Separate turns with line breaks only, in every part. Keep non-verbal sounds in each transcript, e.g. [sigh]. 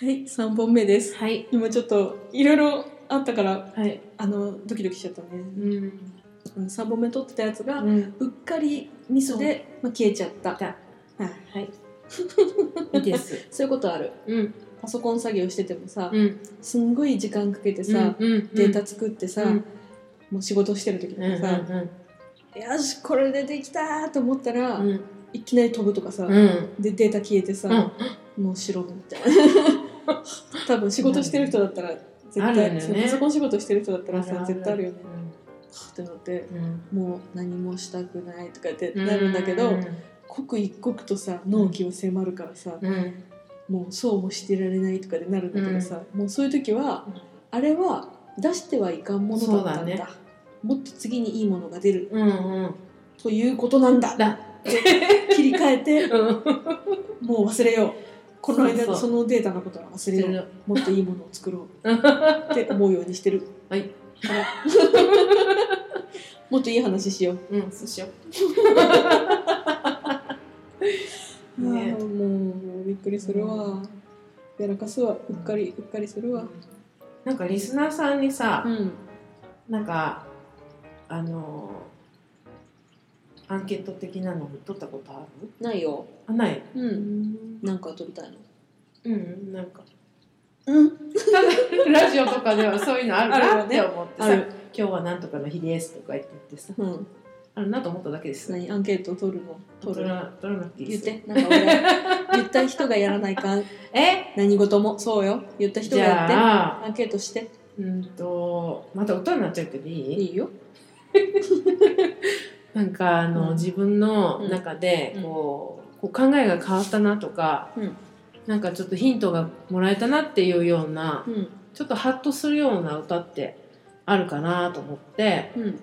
はい、3本目です。
はい。
今ちょっといろいろあったから、
はい。
あの、ドキドキしちゃったね。
うん。
あの3本目撮ってたやつが、
うん。
うっかりミスで、まあ、消えちゃった。はい
だ。はい。いいです。
そういうことある。
[laughs] うん。
パソコン作業しててもさ、
うん。
すんごい時間かけてさ、
うん、うん
データ作ってさ、
うん
もう仕事してる時と
うん
かさ、よしこれでできたーと思ったら、
うん。うん。
いきなり飛ぶとかさ、
うん。
でデータ消えてさ、
うん。
もう [laughs] 白みたいな多分仕事してる人だったら絶
あ
対
るよね
そうパソコン仕事してる人だったらさ
あるある
絶対あるよね
う
はってなって
ん。
もう何もしたくないとかって
うん
なるんだけど、
うん。
刻一刻とさ納期を迫るからさ、
うん。
もうそうもしてられないとかでなるんだけどさ、もうそういう時は、
うん
あれは出してはいかんものだったんだ
そうだね
もっと次にいいものが出る
うん。うん。
ということなんだ
だ。
切り替えて
うん。
もう忘れようこの間
そうそう
そのデータのことは忘れようもっといいものを作ろう
[laughs]
って思うようにしてる
はい
あ
[laughs]
らもっといい話しよう
うん。そうしよ
あ
う。
ーもうもうびっくりするわやらかすわうっかりうっかりするわ
なんかリスナーさんにさ、
ん
なんかあのーアンケート的なの取ったことある
ないよ
あない
うん
ん
なんか撮りたいの
うんなんか
うん
た [laughs] だラジオとかではそういうのある
あるよ
なっ
ね
て思ってさ、
ある
今日はなんとかの日ですとか言って言ってさ
うん
あるなと思っただけです
何アンケート取るの
取
取る
ら取らなくていいで
言って
す
なんか俺 [laughs] 言った人がやらないかん
え
何事もそうよ言った人
じ
がやって
ゃあ
アンケートして
うんとまた歌になっちゃうけどい
い
い
いよ
なんかあの、
うん
自分の中で
うん
こう,、こう考えが変わったなとか、
うん
なんかちょっとヒントがもらえたなっていうような、
うん
ちょっとハッとするような歌ってあるかなと思って
うん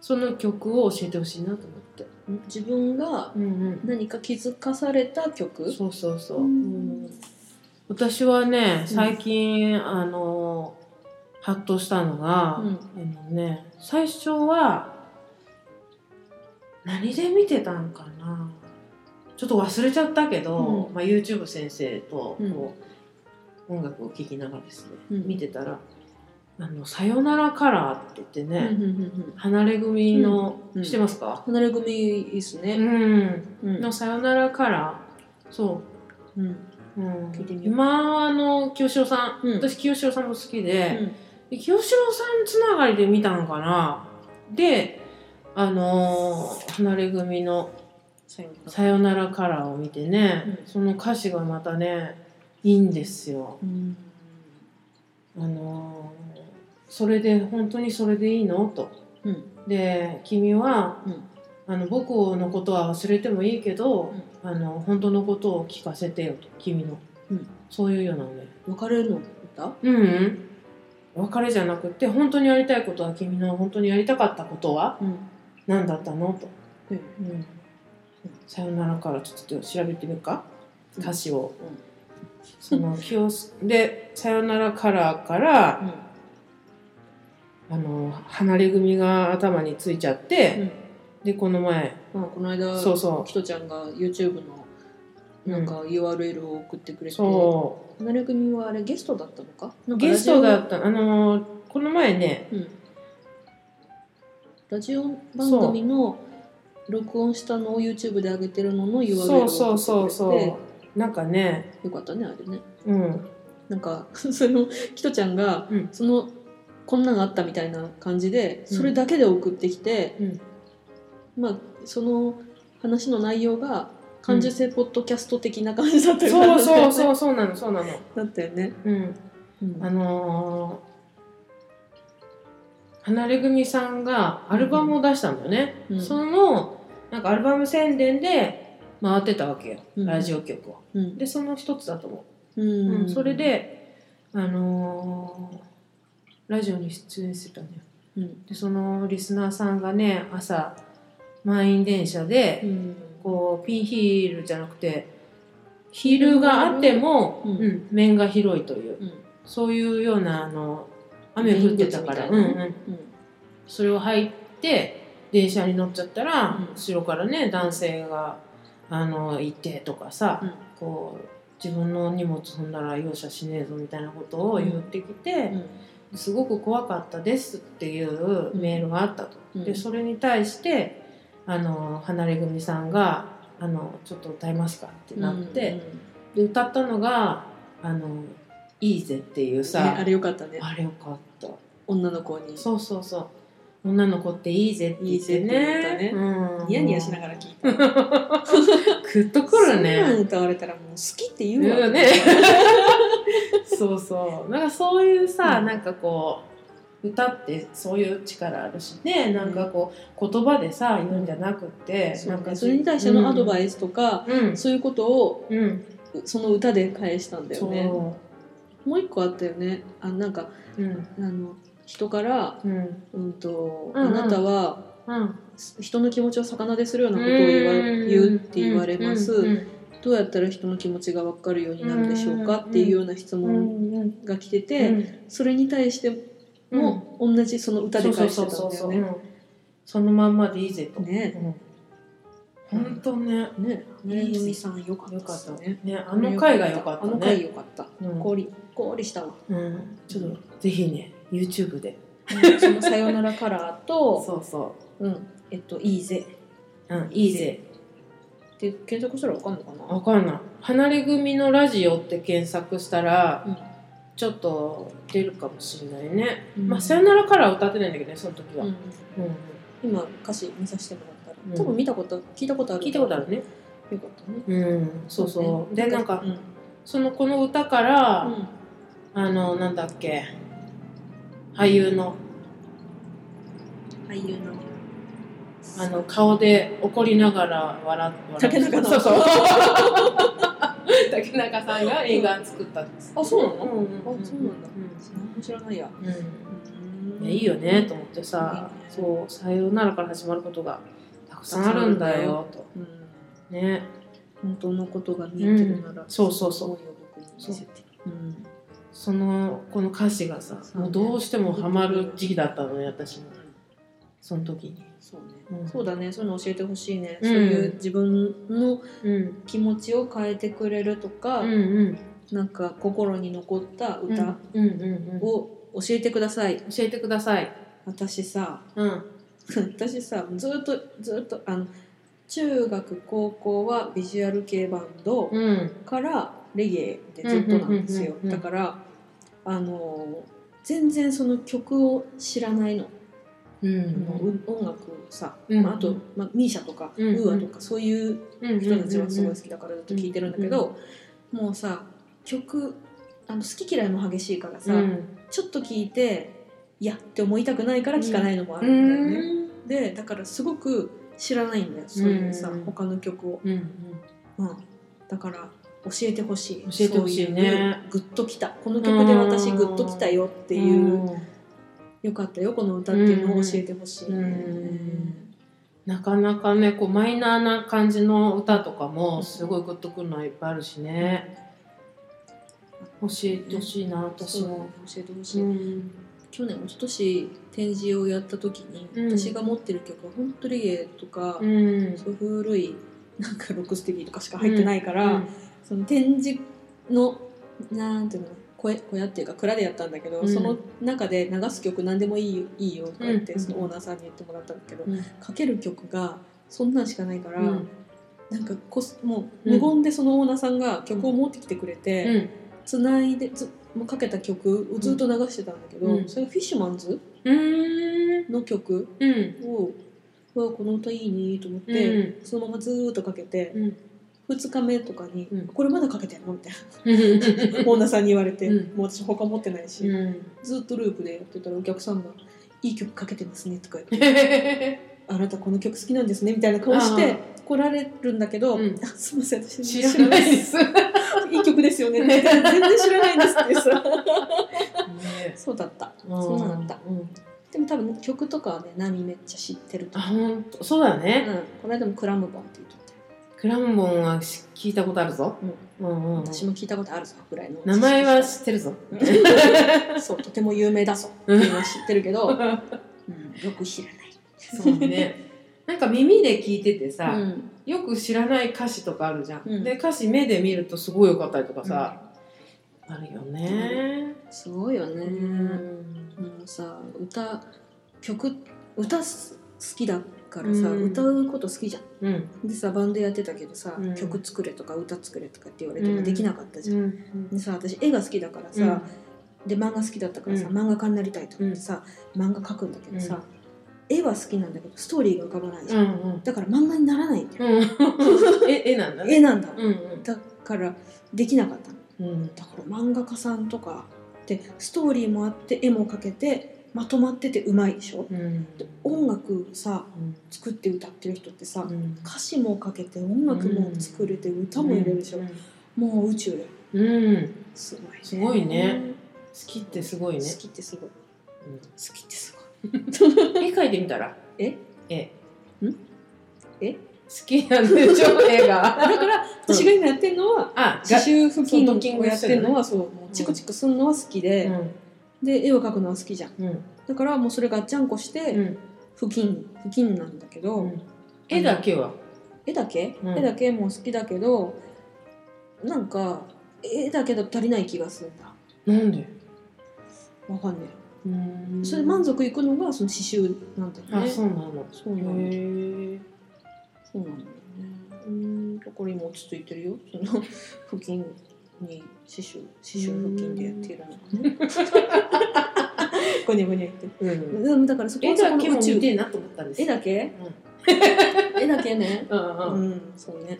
その曲を教えてほしいなと思って、
自分が
うん
何か気づかされた曲
そうそうそう、
うん
うん私はね最近、あのハッとしたのが、
うん
あのね最初は何で見てたんかなちょっと忘れちゃったけど、
うん
まあ、YouTube 先生と
うん
こう、音楽を聴きながらですね、
うん
見てたら「あのさよならカラー」って言って
うんうん
ね、
うんうん
離れ組の、
うん
してますか、
離れ組いいっす
う
ね。
ん、
うん
の「さよならカラー」そう
うん
うん
聞いてみよう
今あの清志郎さん、
うん
私清志郎さんも好きで,、で清志郎さんつながりで見たのかなであのー離れ組の
さよ
「
なら
さよならカラー」を見てね、
うん
その歌詞がまたねいいんですよ。
うん
あのーそれで本当にそれでいいのと。
うん
で君は
うん
あの僕のことは忘れてもいいけど、あの本当のことを聞かせてよと君の、
うん
そういうようなね
別れるの歌
ううん別れじゃなくて本当にやりたいことは君の本当にやりたかったことは
うん
何だったのと、
うん
うん、さよならからちょっと調べてみるか
うん
歌詞を、
うん
その気をすで「さよならから」からあの離れ組が頭についちゃって、でこの前
まあこの間
そうそう
きとちゃんが YouTube のなんか URL を送ってくれて
そう
離れ組はあれゲストだったのかなんか
ゲ
ラ
ス
ジオ
トだったあのーこの前ね
うんラジオ番組の録音したのを YouTube で上げてるのの URL
そう
を
そうそう
送ってくれ
そうなんかね
てよかったねあれね
うん
なんか [laughs] そのキトちゃんが、
うん
そのこんなのあったみたいな感じで
うん
それだけで送ってきて、
うん
まあその話の内容が感受性ポッドキャスト的な感じだったよね
そうそうそうそうなのそうなの
だったよね、
うんあのー、離れ組さんがアルバムを出したんだよね、
うん
そのなんかアルバム宣伝で回ってたわけよ、
うん
ラジオ局を
うん
でその一つだと思
うん
う、うんそれ、であのーラジオに出演してたんだよ
うん
でそのリスナーさんがね朝満員電車で、
うん
こうピンヒールじゃなくてヒールがあっても、
うん
うん面が広いという
うん
そういうようなあの雨降ってたから、うんうん、それを入って電車に乗っちゃったら、
うん
後ろからね男性があのいてとかさ、
うん
こう自分の荷物そんなら容赦しねえぞみたいなことを言ってきて、すごく怖かったですっていうメールがあったと。
うん
でそれに対してあの離れ組さんがあの「ちょっと歌いますか」ってなって、で歌ったのが「あのいいぜ」っていう
さ、
さ、
ね、あれよかったね
あれよかった。
女の子に
そうそうそう。女の子っていいぜって言って
いいぜって
ね。
言
うん
ニヤニヤしながら聞いた
グッとくる
そんなん
ね。
歌われたらもう好きって言うわ
言うね。 [laughs] そうそう。なんかそういうさ、
うん
なんかこう歌ってそういう力あるしね、なんかこう言葉でさ言うんじゃなくって、
そう
なん
ね
か
それに対してのアドバ
イ
イスとか、
ス。うん。
そういうことを
うん。
その歌で返したんだよ
そう。
ねもう一個あったよねあなんか
うん。
あの人から、
うん。
うんと
うんうん
あなたは
うん。
人の気持ちを魚でするようなことを言わ言うって言われます、
うん
どうやったら人の気持ちが分かるようになるでしょうか、っていうような質
う
問
んうん。
が来てて、それに対して
うん、
も同じその歌で返してたんだよ
う
ね。
んそのまんまでいいぜと。
ね
うん本当ね。
ねねゆみさんよかった
よ
っ
かっ
す
た
ね。
ね。あの回が良かった
あ
ね。
の回良かった。
うん
氷氷したわ。
うん。ちょっとぜひね、YouTube で。
そのさよならカラー [laughs] と、
そうそ
うん、えっといいぜ
う。うん、いいぜ。
って検索したらわかんのかな。
わかんない。離れ組のラジオって検索したら、
うん
ちょっと出るかもしれないね。
うん
まあ、さよならカラー歌ってないんだけどね、その時は。
う
うん
ん、今歌詞見させてもらった
うん
ら、多分見たこと聞いたことある。
聞いたことあるね。
よかったね。
うん、そうそう。で、なんか
う、ん、
その、この歌から、
うん
あの、なんだっけ、俳優の、
俳優の
あの、顔で怒りながら笑って。
竹中
そ
直
う
人
そう。 [laughs] 竹中さんが映画作ったんです。
あそうなの
うんうんうん
あそうなんだ何も知らないや。
うん
うん
うんいやいいよね、と思ってさ、
いいね
そう、さようならから始まることがたくさんあるんだよ、と。
うん。
ね。
本当のことが見えてるなら、
うんそうそうそう
思いを僕に見せて。うん。
その、この歌詞がさ、
そうね
もうどうしてもハマる時期だったのね、私も。その時に。
そうね。
うん
そうだね、そういうの教えてほしいね、
うん
そういう自分の
うん。
気持ちを変えてくれるとか、
うんうん。
なんか心に残った歌
うんうんうん。
を教えてください、
教えてください。
私さ [laughs]
うん。
私さずっとずっとあの中学高校はビジュアル系バンド
うん。
からレゲエでずっとなんですよ
うんうんうんうんうん
だからあの全然その曲を知らないの、
う
も
ん、
う音楽をさ、
うん
まあ、あと、まあ、MISIA とか、
うんうん
UA とかそういう人たちはすごい好きだからずっと聴いてるんだけど、もうさ曲あの好き嫌いも激しいからさ、
うん
ちょっと聴いていやって思いたくないから聴かないのもあ
う
るんだよね。
ん
でだからすごく知らないんだよそういうさ、
うん
他の曲を。
うん
うん、だから教えてほしい
教えてほしいね
そううグッときたこの曲で私グッときたよっていう、よかったよこの歌っていうのを教えてほしい、
うんなかなかねこうマイナーな感じの歌とかもすごいグッとくるのいっぱいあるしね教えてほしいな私
そう
も。
教えてほしい、
うん
去年一昨年展示をやった時に、
うん
私が持ってる曲は本当レゲエとか、
うん
そういう古いなんかロックステディとかしか入ってないから、その展示のなんていうの小屋小屋っていうか蔵でやったんだけど、
うん
その中で流す曲何でもいいよいいよとか言って、
うん
そのオーナーさんに言ってもらったんだけど、
うん
かける曲がそんなんしかないから、
うん
なんかこすもう無言でそのオーナーさんが曲を持ってきてくれて。
うん
つないでずもうかけた曲をずっと流してたんだけど、
うん
それがフィッシュマンズ
うん
の曲
うん
をうわこの歌いいねと思って、
う
そのままずーっとかけて、
うん
2日目とかに、
うん
これまだかけてんの?」みたい
ん [laughs]
なオーナーさんに言われて、
うん
もう私他持ってないし、
うん
ずっとループでやってたらお客さんが「いい曲かけてますね」とか言って「あなたこの曲好きなんですね」みたいな顔して来られるんだけど「
うん
あすいません私
知らないで
です
す。
いい曲ですよね」って全然知らないんですって
[laughs]
さ
ね
そうだったそうなんだ。
うん
でも多分曲とかはね波めっちゃ知ってると
あ
思う、
ほんとそうだね、
うん、この間も「クラムボン」って言っとって、
クランボンはし聞いたことあるぞ、うんうんうん、
私も聞いたことあるぞぐらいの
名前は知ってるぞ
そうとても有名だぞっていうのは知ってるけど、うん、よく知らない
そうね [laughs] なんか耳で聞いてて
う
さ、
ん
よく知らない歌詞とかあるじゃん、
うん
で歌詞目で見るとすごい良かったりとかさ、あるよね
すごいよね、
うん
もうさ歌曲歌す好きだからさ、
うん
歌うこと好きじゃん
うん
でさバンドやってたけどさ、
うん
曲作れとか歌作れとかって言われても
うん
できなかったじゃん、でさ私絵が好きだからさ、で漫画好きだったからさ、
うん
漫画家になりたいと思ってさ、漫画描くんだけどさ、絵は好きなんだけどストーリーが浮かばないじ
う
ゃん、
んうん
だから漫画にならないんだよ
うん [laughs] え絵なんだ
絵
ね
なんだ、
うんうん
だからできなかったの
うん
だから漫画家さんとかってストーリーもあって絵も描けてまとまっててうまいでしょ、
うん
で音楽さ作って歌ってる人ってさ、
うん
歌詞も書けて音楽も作れて歌も入れるでしょ、もう宇宙よ
うんうん好
すごいね
すごいねきってすごい
好
ね
きってすごい好きってす
絵描いてみたら
え
絵
んえ
好きなんでしょ絵
[laughs] ごいだ
が
から私が今やってるのは
あ
刺繍付
そう
近
ドッキン
を
グ
や
や
っ
ってて
る
る
の
の
はそうも
う
うんチクチクするのは好きで、で絵を描くのは好きじゃん
うんうん
だからもうそれがっちゃんこして
うん
付近付近なんだけど、
絵だけは
絵だけ、
うん
絵だけも好きだけどなんか絵だけだと足りない気がするんだ
なんで
わかんない
うん
それ満足いくのがその刺繍なんだよ
あ
ね。
そうなの
そうなんだよ。
へえ
そうなんだよね。うん。だから今落ち着いてるよ。その [laughs] 付近に刺繍刺繍付近でやっているの
[laughs]
かね。ゴニョゴニョ言って。うん。だからそこ
絵
はそこ
だ
の
けも
宇
見
宙
て。えなと思ったんです
絵だけ？絵だけね。
うんうんうん
うん。そうね。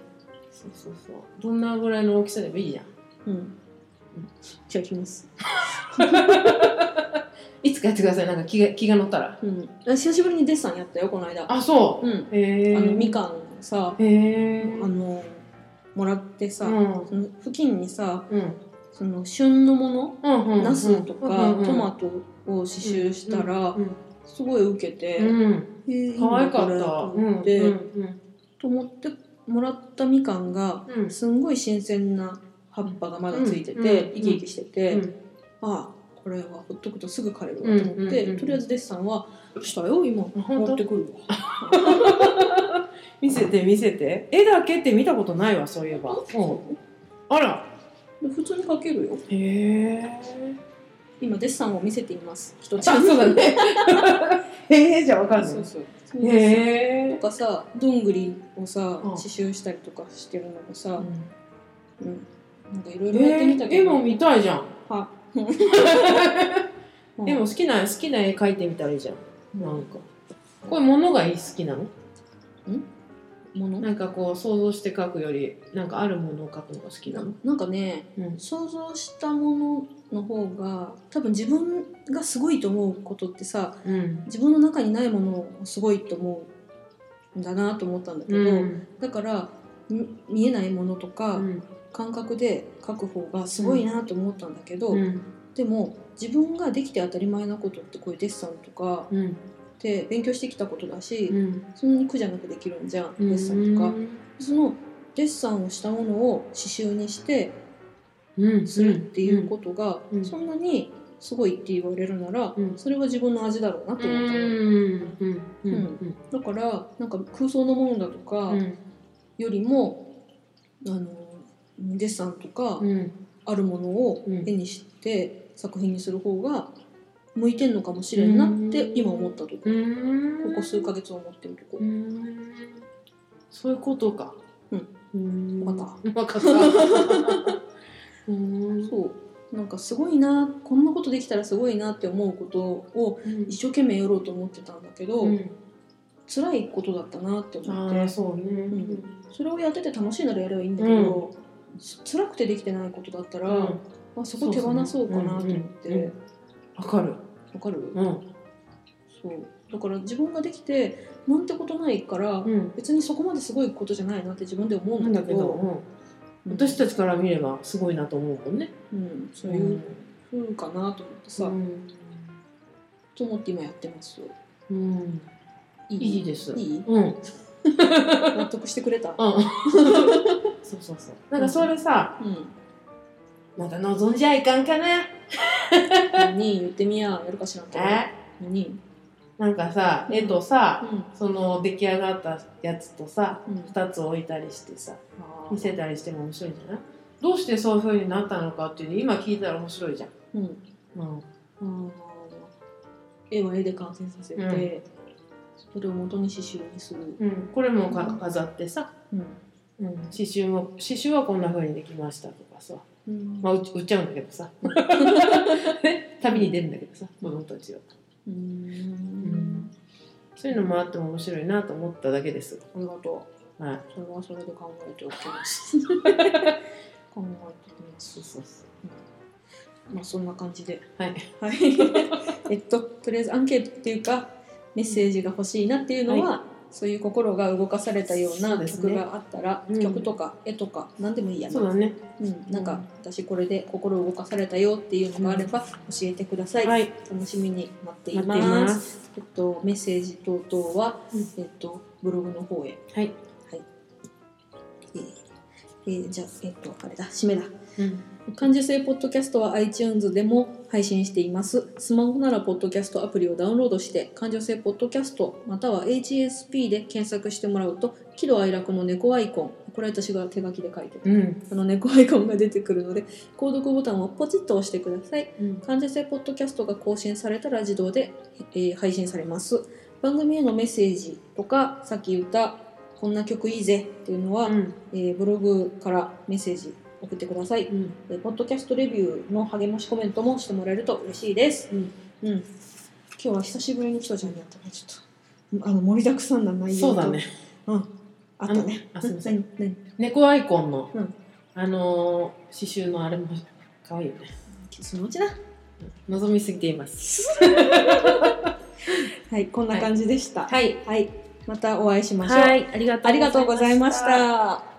そうそうそう。どんなぐらいの大きさでもいいじゃん。
うん。じゃあ行きます。
いつかやってください。なんか気が気が乗ったら。
うん。あ久しぶりにデッサンやったよこの間。
あ、そうう。
ん。あ
へえ。
のみかんをさ
へえ。
あのもらってさ、
うん
その付近にさ
うん
その旬のもの
うんうん。
ナスとか
うんうん
トマトを刺繍したら
うん
すごい受けて、
うん。
えーいいな
可愛か
こ
っ
れ
た。
と
うん
思っ
う
て、
ん
と思ってもらったみかんが
うん。
すんごい新鮮な葉っぱがまだついてて、
うんうん
生き生きしてて、
うん
ああこれはほっとくとすぐ枯れるわと思って、
うんうんうん
とりあえずデッサンはしたよ今
あ本当
持ってくるわ
見せて見せて。絵だけって見たことないわそういえば。うんあら。
で普通に描けるよ
へえ。
今デッサンを見せています人
あ、そうだ [laughs] ね。へえじゃわかる
そ
の
う。そうと
へえ。
かさどんぐりをさ
ん
刺繍したりとかしてるのもさ、
うん
うん、なんかいろいろやってみた
え
け
絵
ど、
も見たいじゃん。 [laughs]
は
でも好きな好きな絵描いてみたらいいじゃん。なんかこういうものがいい好きなの？
もの
なんかこう想像して描くよりなんかあるものを描くのが好きなの？
なんかね
うん。
想像したものの方が多分自分がすごいと思うことってさ
うん。
自分の中にないものをすごいと思うんだなと思ったんだけど、
うん。
だからみ見えないものとか、感覚で描く方がすごいなと思ったんだけど、
うん。
でも自分ができて当たり前なことってこういうデッサンとか
うん。
って勉強してきたことだし、
うん。
そんなに苦じゃなくできるんじゃん、デッサンとか。そのデッサンをしたものを刺繍にして
うん。
するっていうことが
うんうん
そんなにすごいって言われるなら
うん
それは自分の味だろうなと
うん
思ったの
うんうん
だからなんか空想のものだとか
うん
よりもあのデッサンとか
うん
あるものを
うん
絵にして作品にする方が向いてんのかもしれんなって今思ったとこ
うん
ここ数ヶ月思ってるとこ
うんそういうことかうん
わか
ったわかったうん
そうなんかすごいなこんなことできたらすごいなって思うことを
うん
一生懸命やろうと思ってたんだけど、
うん
辛いことだったなって思っ
ああ
て
そうねうん
それをやってて楽しいならやればいいんだけど、つ辛くてできてないことだったら、
ん
まあ、そこ手放そうかなと思っ
そうそううんうんうん
て
わかる
わかる、
うん
そうだから自分ができてなんてことないから、
うん
別にそこまですごいことじゃないなって自分で思う
なんん
だ
だ
け
け
ど
ど、うん私たちから見ればすごいなと思うもんね。
うん、そういうふうかなと思ってさ、
うん
と思って今やってますよ
うん、
い
いいです。
いい
うん、うん、
納得してくれた
そうそうそう。なんかそれさ、
うん
まだ望んじゃいかんかな。
何言ってみややるかしらんけど
え、
何
なんかさ
うん
絵とさ、
うん
その出来上がったやつとさ
うん
2つ置いたりしてさ
あ
見
ー
せたりしても面白いんじゃないどうしてそういう風になったのかっていうの今聞いたら面白いじゃん、
うん
うん、
あー絵は絵で完成させて、
うん
それを元に刺繍にする、
うん、これもか飾ってさ、うん、刺繍も刺繍はこんな風にできましたとかさ、
うん
まあ、売っ売っちゃうんだけど [laughs] さね旅に出るんだけどさ子供たちは
うーん
そういうのもあっても面白いなと思っただけです、
ありがと
はいう
それはそれで考えておきます [laughs] 考えておきます
そうそうそう
まあそんな感じで
は、
はい [laughs] えっととりあえずアンケートっていうかメッセージが欲しいなっていうのは、そういう心が動かされたよう
そ
な
うです
曲
ね
があったら、
うん
曲とか絵とか何でもいいやな
そうだね
うん、なんか私これで心を動かされたよっていうのがあれば教えてください、
はい
楽しみに待ってい
待ってい
ます
ます
えっと、メッセージ等々は、
うん
えっと、ブログの方へ、
はい、
えーえーじゃあ、えっと、あれだ締めだ
うん、
感受性ポッドキャストは iTunes でも配信しています。スマホならポッドキャストアプリをダウンロードして、感受性ポッドキャストまたは HSP で検索してもらうと、喜怒哀楽の猫アイコン。これ私が手書きで書いてる。
うん
あの猫アイコンが出てくるので、購読ボタンをポチッと押してください。
うん
感受性ポッドキャストが更新されたら自動で、えー配信されます。番組へのメッセージとか、さっき言ったこんな曲いいぜっていうのは、
うん
えーブログからメッセージ送ってください。
うん
えーポッドキャストレビューの励ましコメントもしてもらえると嬉しいです。
うん
うん。今日は久しぶりにキトちゃんに会ったね、ちょっと。あの盛りだくさんな内容
そう
と
だ。ね
うん。あったね。
あのあすいません
う。ね
猫アイコンの、
うん
あのー刺繍のあれも可愛いよね
そのうちな。
望みすぎています
はい、こんな感じでした。
はい
はい。またお会いしましょう。
はいありがとう
ありがとうございました。